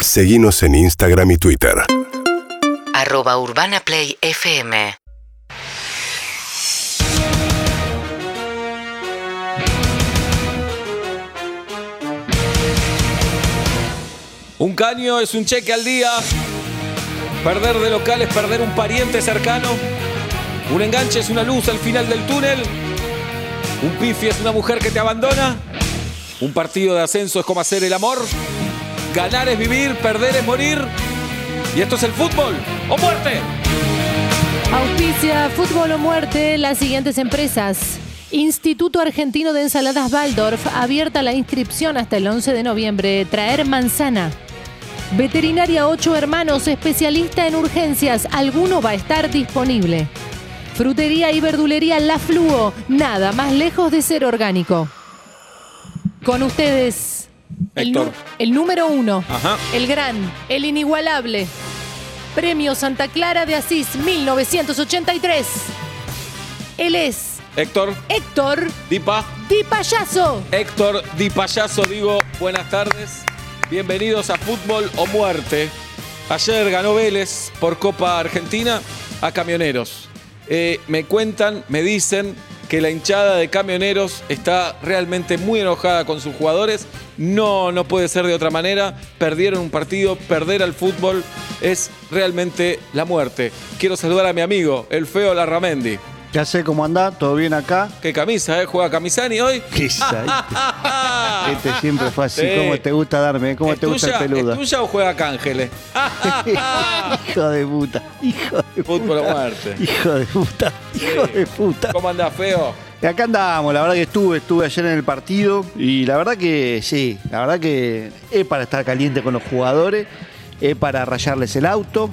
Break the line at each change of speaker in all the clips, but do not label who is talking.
Seguimos en Instagram y Twitter.
arroba urbanaplayfm
Un caño es un cheque al día. Perder de local es perder un pariente cercano. Un enganche es una luz al final del túnel. Un pifi es una mujer que te abandona. Un partido de ascenso es como hacer el amor. Ganar es vivir, perder es morir. Y esto es el fútbol. ¡O muerte!
Auspicia Fútbol o Muerte las siguientes empresas. Instituto Argentino de Ensaladas Waldorf, abierta la inscripción hasta el 11 de noviembre. Traer manzana. Veterinaria 8 Hermanos, especialista en urgencias. Alguno va a estar disponible. Frutería y verdulería La Fluo, nada más lejos de ser orgánico. Con ustedes, el,
Héctor.
nu- el número uno,
Ajá.
el gran, el inigualable, Premio Santa Clara de Asís 1983. Él es
Héctor,
Héctor
Dipa.
Di Payaso.
Héctor Di Payaso, digo, buenas tardes. Bienvenidos a Fútbol o Muerte. Ayer ganó Vélez por Copa Argentina a Camioneros. Eh, me cuentan, me dicen que la hinchada de Camioneros está realmente muy enojada con sus jugadores. No, no puede ser de otra manera. Perdieron un partido, perder al fútbol es realmente la muerte. Quiero saludar a mi amigo, el feo Larramendi.
Ya sé cómo andá, todo bien acá.
Qué camisa, ¿eh? Juega Camisani hoy.
Quizá, Este siempre fue así.
Sí.
¿Cómo te gusta darme? eh? ¿Cómo
¿Es
te gusta
tuya-
el peludo?
¿Es tuya o juega Cángeles?
Hijo de puta. Hijo de puta.
Fútbol a muerte.
Hijo de puta. Hijo de puta.
¿Cómo andás, feo?
Y acá andamos, la verdad que estuve, estuve ayer en el partido y la verdad que sí, la verdad que es para estar caliente con los jugadores, es para rayarles el auto,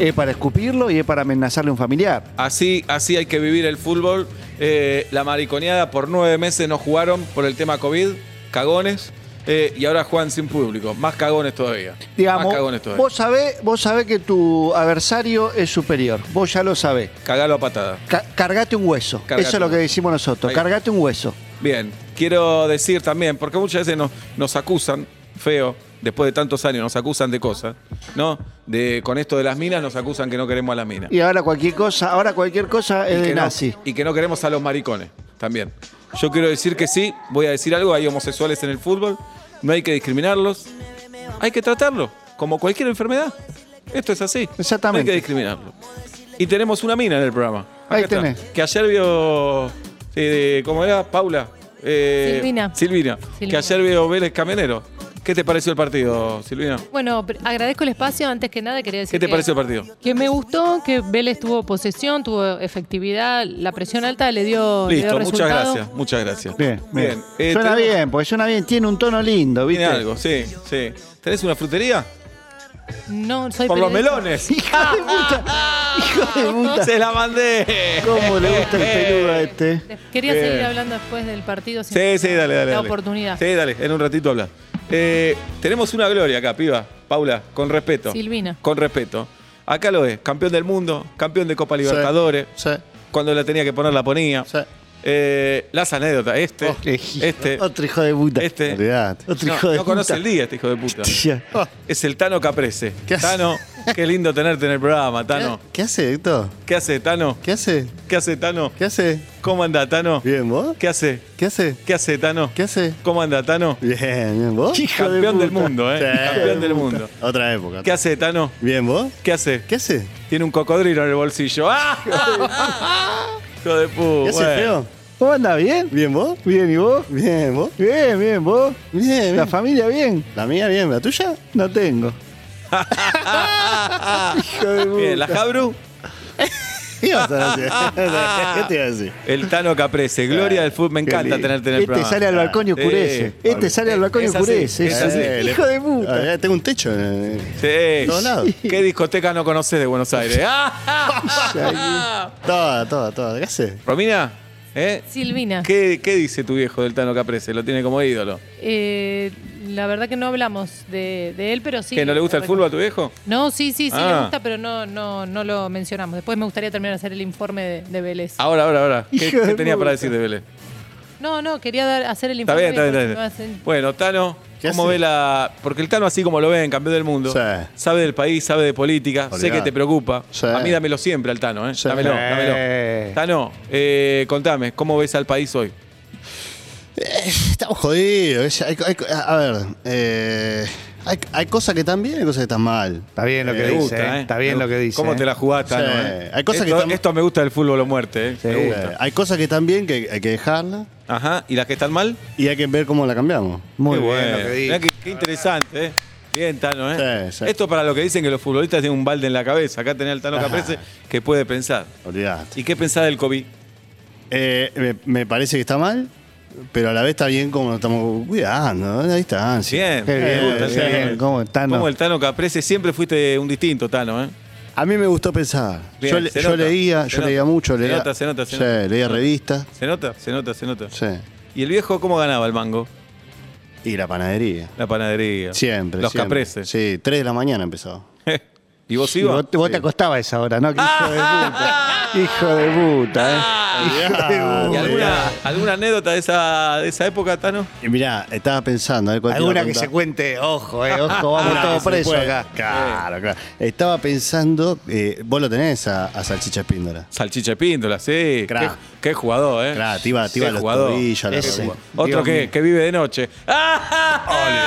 es para escupirlo y es para amenazarle a un familiar.
Así, así hay que vivir el fútbol. Eh, la mariconeada por nueve meses no jugaron por el tema COVID, cagones, eh, y ahora juegan sin público. Más cagones todavía.
Digamos,
Más cagones todavía.
vos sabés, vos sabés que tu adversario es superior, vos ya lo sabés.
Cagalo a patada.
Ca- cargate un hueso.
Cargate
Eso es
un
lo que
hueso.
decimos nosotros.
Ahí.
Cargate un hueso.
Bien, quiero decir también, porque muchas veces nos, nos acusan, feo, después de tantos años, nos acusan de cosas, ¿no? De, con esto de las minas nos acusan que no queremos a las minas.
Y ahora cualquier cosa, ahora cualquier cosa es
y
de
que no-
nazi.
y que no queremos a los maricones también. Yo quiero decir que sí, voy a decir algo, hay homosexuales en el fútbol, no hay que discriminarlos, hay que tratarlo, como cualquier enfermedad. Esto es así.
Exactamente.
No hay que discriminarlo. Y tenemos una mina en el programa.
Ahí
Acá está,
tenés.
Que ayer vio, eh, ¿cómo era? Paula. eh,
Silvina.
Silvina.
Silvina.
Que ayer vio Vélez Camionero. ¿Qué te pareció el partido, Silvina?
Bueno, pr- agradezco el espacio. Antes que nada quería decir
¿Qué te
que-
pareció el partido?
Que me gustó, que Vélez tuvo posesión, tuvo efectividad, la presión alta le dio, le dio
Listo, muchas
resultado.
gracias, muchas gracias.
Bien, bien.
Eh,
suena
tenemos-
bien, porque suena bien, tiene un tono lindo, ¿viste?
Tiene algo, sí, sí. ¿Tenés una frutería?
No, soy
Por los
periodista.
melones.
Hijo de puta, hijo de puta.
Se la mandé. Eh,
¿Cómo le gusta el peludo a este?
Quería
Bien.
seguir hablando después del partido. si
Sí, sí, dale, dale.
La
dale.
oportunidad.
Sí, dale, en un ratito habla. Eh, tenemos una gloria acá, piba. Paula, con respeto.
Silvina.
Con respeto. Acá lo es, campeón del mundo, campeón de Copa Libertadores.
Sí.
Cuando la tenía que poner, la ponía.
Sí.
Eh, las anécdotas, este,
Oh, qué hijo-
este,
Otro hijo de puta.
este.
Olvidate. Otro
No,
hijo de
no
puta.
conoce el día este hijo de puta.
Ya.
Es el Tano Caprese.
¿Qué hace?
Tano, qué lindo tenerte en el programa, Tano.
¿Qué hace, Héctor?
¿Qué hace, Tano?
¿Qué hace?
¿Qué hace, Tano?
¿Qué hace?
¿Cómo anda, Tano?
Bien, ¿vos?
¿Qué hace?
¿Qué hace?
¿Qué hace, Tano?
¿Qué hace?
¿Cómo anda, Tano?
Bien, bien, ¿vos?
Hijo de
Campeón
puta.
del mundo, ¿eh?
Sí.
Campeón del mundo.
Otra época.
¿Qué hace, Tano?
Bien, ¿vos?
¿Qué hace?
¿Qué hace?
Tiene un cocodrilo en el bolsillo. ¡Ah! Hijo de puta.
¿Qué hace,
Pues bueno.
feo?
¿Cómo anda? ¿Bien?
¿Bien, vos?
¿Bien y vos?
Bien, ¿vos?
Bien, bien, vos.
Bien, bien.
¿La familia bien?
¿La mía bien? ¿La tuya?
No tengo. hijo de puta.
Bien, la Jabru,
¿Qué ibas a decir? ¿Qué te iba a decir?
el Tano Caprese. Gloria del fútbol. Me encanta
lindo.
tenerte en el
Este
programa.
sale al balcón y
Sí.
oscurece. este sale al balcón y
Es así,
oscurece.
es
Es así.
Eh,
así.
Hijo de puta.
Ah, tengo un techo. eh.
Sí.
Todos lados.
¿Qué discoteca no conoces de Buenos Aires? ¡Ah!
Toda, toda, toda. ¿Qué hace?
Romina, ¿eh?
Silvina,
¿Qué, qué dice tu viejo del Tano Caprese? Lo tiene como ídolo.
eh, la verdad que no hablamos de, de él, pero sí.
¿Que no le gusta el fútbol a tu viejo?
No, sí, sí, sí,
Ah.
le gusta, pero no, no, no lo mencionamos. Después me gustaría terminar de hacer el informe de, de Vélez.
Ahora, ahora, ahora. ¿Qué,
Hijo de
qué tenía para
puta.
decir de Vélez?
No, no, quería dar, hacer el
Está
informe.
bien, está bien,
y
está bien.
después no hacen-
Bueno, Tano,
¿Qué
¿Cómo
hace?
ve la.? Porque el Tano, así como lo ven, campeón del mundo,
Sí.
sabe del país, sabe de política, sé
Olvidate.
que te preocupa.
Sí.
A mí dámelo siempre al Tano, ¿eh?
Sí.
Dámelo, dámelo. Tano, eh, contame, ¿cómo ves al país hoy?
Estamos jodidos. es- hay- hay- a ver, eh, hay, hay cosas que están bien y cosas que están mal.
Está bien lo que
Me
dice,
gusta,
eh.
¿eh?
está bien
Me
lo que
gu-
dice.
¿Cómo
eh.
te la jugás, Tano?
Sí.
eh?
Hay cosas que
esto,
están-
esto me gusta del fútbol o muerte, ¿eh? Me gusta.
Eh, hay cosas que están bien que hay que dejarlas
Ajá, ¿y las que están mal?
y hay que ver cómo la cambiamos.
Muy
Qué
bueno lo
bien.
que
Mirá
dice.
qué, qué interesante, ¿eh? Bien, Tano, ¿eh?
Sí, sí.
Esto para lo que dicen que los futbolistas tienen un balde en la cabeza. Acá tenés al Tano
Ajá.
Caprese que puede pensar.
Olvidate.
¿Y qué pensás del COVID?
Eh, me, me parece que está mal, pero a la vez está bien como nos estamos cuidando, a la distancia.
Bien,
Qué
me
bien,
gusta,
qué
sí.
bien, cómo el Tano.
Cómo el Tano Caprese, siempre fuiste un distinto, Tano, ¿eh?
A mí me gustó pensar.
Bien,
yo le-
se
yo
nota,
leía,
se
yo
nota.
leía mucho,
Se
leía.
nota, se nota, se
sí,
nota.
leía revistas.
¿Se nota? Se nota, se nota.
Sí.
¿Y el viejo cómo ganaba el mango?
Y la panadería.
La panadería.
Siempre.
Los
siempre.
Caprese.
Sí, 3 de la mañana empezó.
¿Y vos
Y
ibas?
vos, vos te acostabas a esa hora, ¿no? Que Hijo de
Ah.
puta. Hijo de puta, ¿eh? Hijo de
¿Y
puta.
alguna, alguna anécdota de esa, de esa época, Tano?
Y mirá, estaba pensando, a ver cuál te iba a
Alguna que
contar.
se cuente, ojo, eh, ojo, vamos
Una que
todos
Ah, se
presos
puede.
acá.
Claro, claro. Estaba pensando, eh, vos lo tenés a, a Salchicha Espíndola.
Salchiche Píndola, sí. Qué,
Crack.
qué jugador, ¿eh?
Claro, te iba, te iba
Qué
a los
jugador.
tobillos, a la
Ese.
ropa.
Otro
Dios
que,
mío.
que vive de noche.
Y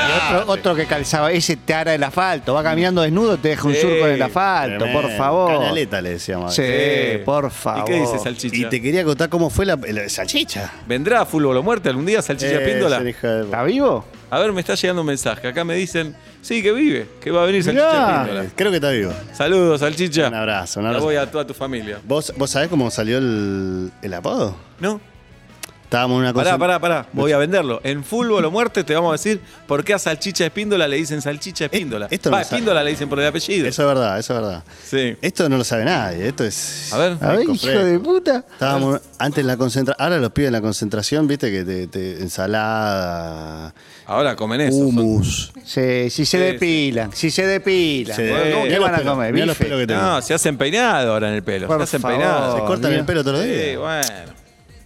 Ah,
otro, otro que calzaba, ese te hará el asfalto, va caminando desnudo, te deja un
Sí,
surco en el asfalto, por
Tremendo.
favor.
Canaleta le decíamos.
Sí,
Sí.
Eh, por
¿Y
favor.
qué dice
Y
Salchicha?
te quería contar cómo fue la, la salchicha.
¿Vendrá a fútbol o muerte algún día, Salchicha
Eh,
Píndola?
esa hija de-
¿Está vivo?
A ver, me está llegando un mensaje. Acá me dicen, sí, que vive, que va a venir Salchicha
Mirá.
Píndola.
Creo que está vivo.
Saludos, Salchicha.
Un abrazo, un
La
abrazo.
voy a toda tu familia.
¿Vos, ¿Vos sabés cómo salió el, el apodo?
¿No?
Estábamos en una cosa.
Pará, pará, pará. Voy a venderlo. En fútbol o muerte te vamos a decir por qué a Salchicha Espíndola le dicen Salchicha Espíndola.
Eh, esto no
Va,
lo sabe.
Espíndola le dicen por el apellido.
Eso es verdad, eso es verdad.
Sí.
Esto no lo sabe nadie, esto es.
A ver.
A ver,
fresco,
hijo
fresco.
de puta.
Estábamos antes en la concentración, ahora los pibes en la concentración, viste que te, te- ensalada,
Ahora comen eso. son-
hummus.
Sí, si
Sí,
se depilan, si se depilan.
Se-
Bueno, ¿cómo-
Mirá
¿Qué
los
van a
pelos,
comer?
mirá los
Bife.
pelos que tengo.
No, se hacen peinado ahora en el pelo.
Por
se hacen
favor.
peinado.
Se
Cortan el pelo todos los días.
Sí, bueno.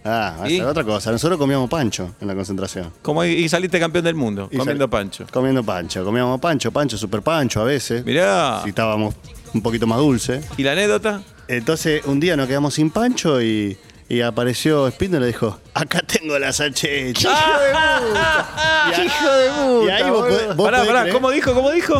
Ah, va a
¿Y?
ser otra cosa. Nosotros comíamos pancho en la concentración.
Como y saliste campeón del mundo,
Y
comiendo
sal-
pancho.
Comiendo pancho, comíamos pancho, pancho, super pancho a veces.
Mirá.
Si estábamos un poquito más dulce.
¿Y la anécdota?
Entonces un día nos quedamos sin pancho y, y apareció Spindler y dijo, acá tengo la salchicha.
Hijo de puta. Hijo de puta.
y ahí vos,
boludo.
podés- vos
Pará,
podés
pará,
creer,
¿cómo dijo? ¿Cómo dijo?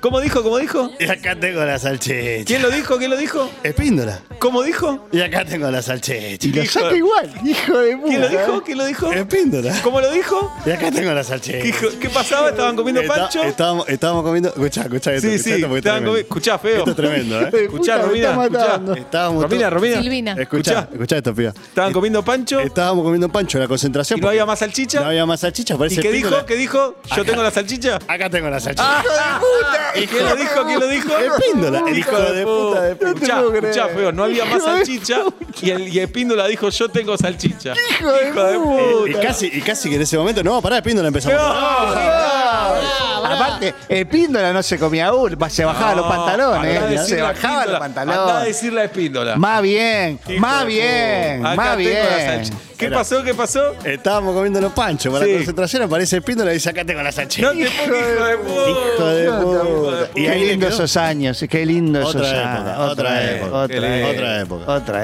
¿Cómo dijo? ¿Cómo dijo?
Y acá tengo la salchicha.
¿Quién lo dijo? ¿Quién lo dijo?
Espíndola.
¿Cómo dijo?
Y acá tengo la salchicha.
Y lo
Hijo
saca
de-
igual, hijo de puta. ¿eh?
¿Quién lo
eh.
dijo? ¿Quién lo dijo?
Espíndola.
¿Cómo lo dijo?
Y acá tengo la salchicha.
¿Qué, hijo- qué pasaba? ¿Estaban comiendo
Está-
pancho?
Estábamos, estábamos comiendo. Escuchá, escuchá esto.
Sí,
escuchá
sí,
esto porque está
estaban comiendo.
tremendo.
Escuchá, feo.
Esto es tremendo, ¿eh?
Escuchá,
Puta, me
Romina,
está matando.
escuchá.
Estábamos
Romina,
todos-
Romina.
Silvina.
Escuchá,
Escuchá.
escuchá esto, pía.
¿Estaban comiendo pancho?
Estábamos comiendo pancho en la concentración.
¿Y no
porque
había más salchicha?
No había más salchicha.
¿Y qué dijo? ¿Qué dijo? ¿Yo tengo la salchicha?
Acá tengo la salchicha.
¡Ah! ¿Y quién lo dijo? ¿Quién lo dijo?
Espíndola, el hijo de puta de
puta.
Escuchá,
No te puedo
escuchá,
creer.
feo, no había más
Hijo de
salchicha y el y Espíndola dijo, yo tengo salchicha.
Hijo de puta.
Y casi, y casi que en ese momento, no, pará, Espíndola empezó.
Aparte, Espíndola no se comía uno, se bajaba los pantalones, eh, se bajaba los
Andá a
pantalones.
decirle a Espíndola.
Más bien,
Hijo de
más
puta.
bien,
Acá
más
tengo la
bien.
salchicha. ¿Qué pasó? ¿Qué pasó?
Estábamos comiendo los panchos para
Sí.
la concentración, aparece Espíndola y dice, acá tengo la salchicha.
No te pongo hijo de
Hijo de
puta.
puta.
Y qué
le
lindo
quedó.
esos años, qué lindo
Otra
esos
época,
años.
otra época.
otra
Qué
época,
lindo.
Otra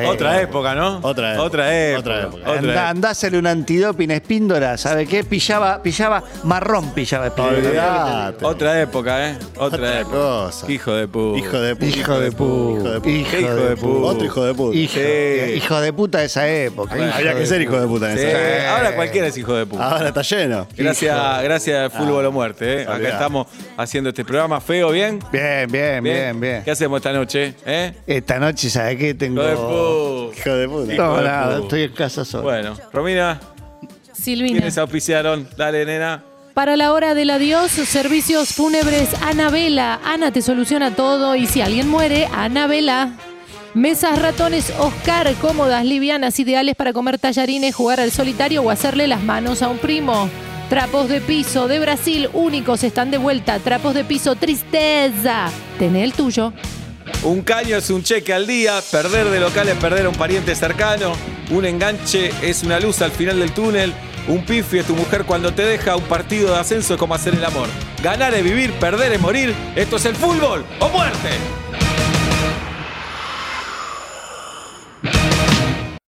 época.
Otra época, ¿no?
Otra época.
Otra época.
Otra época.
Otra
Andá, andá a hacerle un antidoping a Espíndola, ¿sabe qué? Pillaba, pillaba, marrón pillaba Espíndola.
Olvidate.
Otra época, ¿eh? Otra,
Otra
época.
cosa.
Hijo de puta.
Hijo de puta.
Hijo de puta.
Qué hijo de puta.
Otro hijo de puta.
Hijo,
Sí.
hijo de puta de esa época.
Bueno,
hijo
Había
de
que ser hijo de puta en
Sí,
esa.
Ahora cualquiera es hijo de puta.
Ahora Ah, está lleno.
Gracias, gracias Fútbol o Muerte. ¿eh? Acá
Olvidate.
estamos haciendo este programa feo, ¿bien?
Bien, bien, bien, bien.
¿Qué hacemos esta noche? ¿Eh?
Esta noche, ¿sabe qué?
Hijo de
Tengo.
puta.
Hijo de puta.
No,
de
nada,
puta.
estoy en casa solo.
Bueno, Romina,
Silvina.
¿quiénes auspiciaron? Dale, nena.
Para la hora del adiós, servicios fúnebres Anabela. Ana te soluciona todo y si alguien muere, Anabela. Mesas ratones Oscar, cómodas, livianas, ideales para comer tallarines, jugar al solitario o hacerle las manos a un primo. Trapos de piso de Brasil, únicos, están de vuelta. Trapos de piso, tristeza. Tené el tuyo.
Un caño es un cheque al día, perder de local es perder a un pariente cercano, un enganche es una luz al final del túnel, Un pifi es tu mujer cuando te deja. Un partido de ascenso es como hacer el amor. Ganar es vivir, perder es morir. Esto es el fútbol o muerte.